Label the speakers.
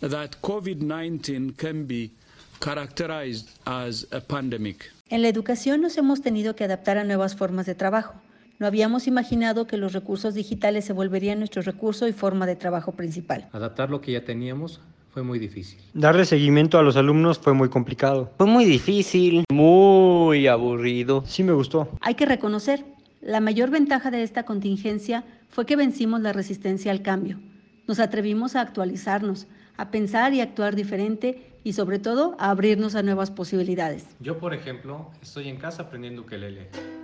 Speaker 1: that COVID 19 can be characterized as a pandemic.
Speaker 2: En la educación nos hemos tenido que adaptar a nuevas formas de trabajo. No habíamos imaginado que los recursos digitales se volverían nuestro recurso y forma de trabajo principal.
Speaker 3: Adaptar lo que ya teníamos fue muy difícil.
Speaker 4: Darle seguimiento a los alumnos fue muy complicado.
Speaker 5: Fue muy difícil, muy aburrido.
Speaker 4: Sí me gustó.
Speaker 2: Hay que reconocer, la mayor ventaja de esta contingencia fue que vencimos la resistencia al cambio. Nos atrevimos a actualizarnos, a pensar y actuar diferente y sobre todo a abrirnos a nuevas posibilidades.
Speaker 3: Yo, por ejemplo, estoy en casa aprendiendo ukelele.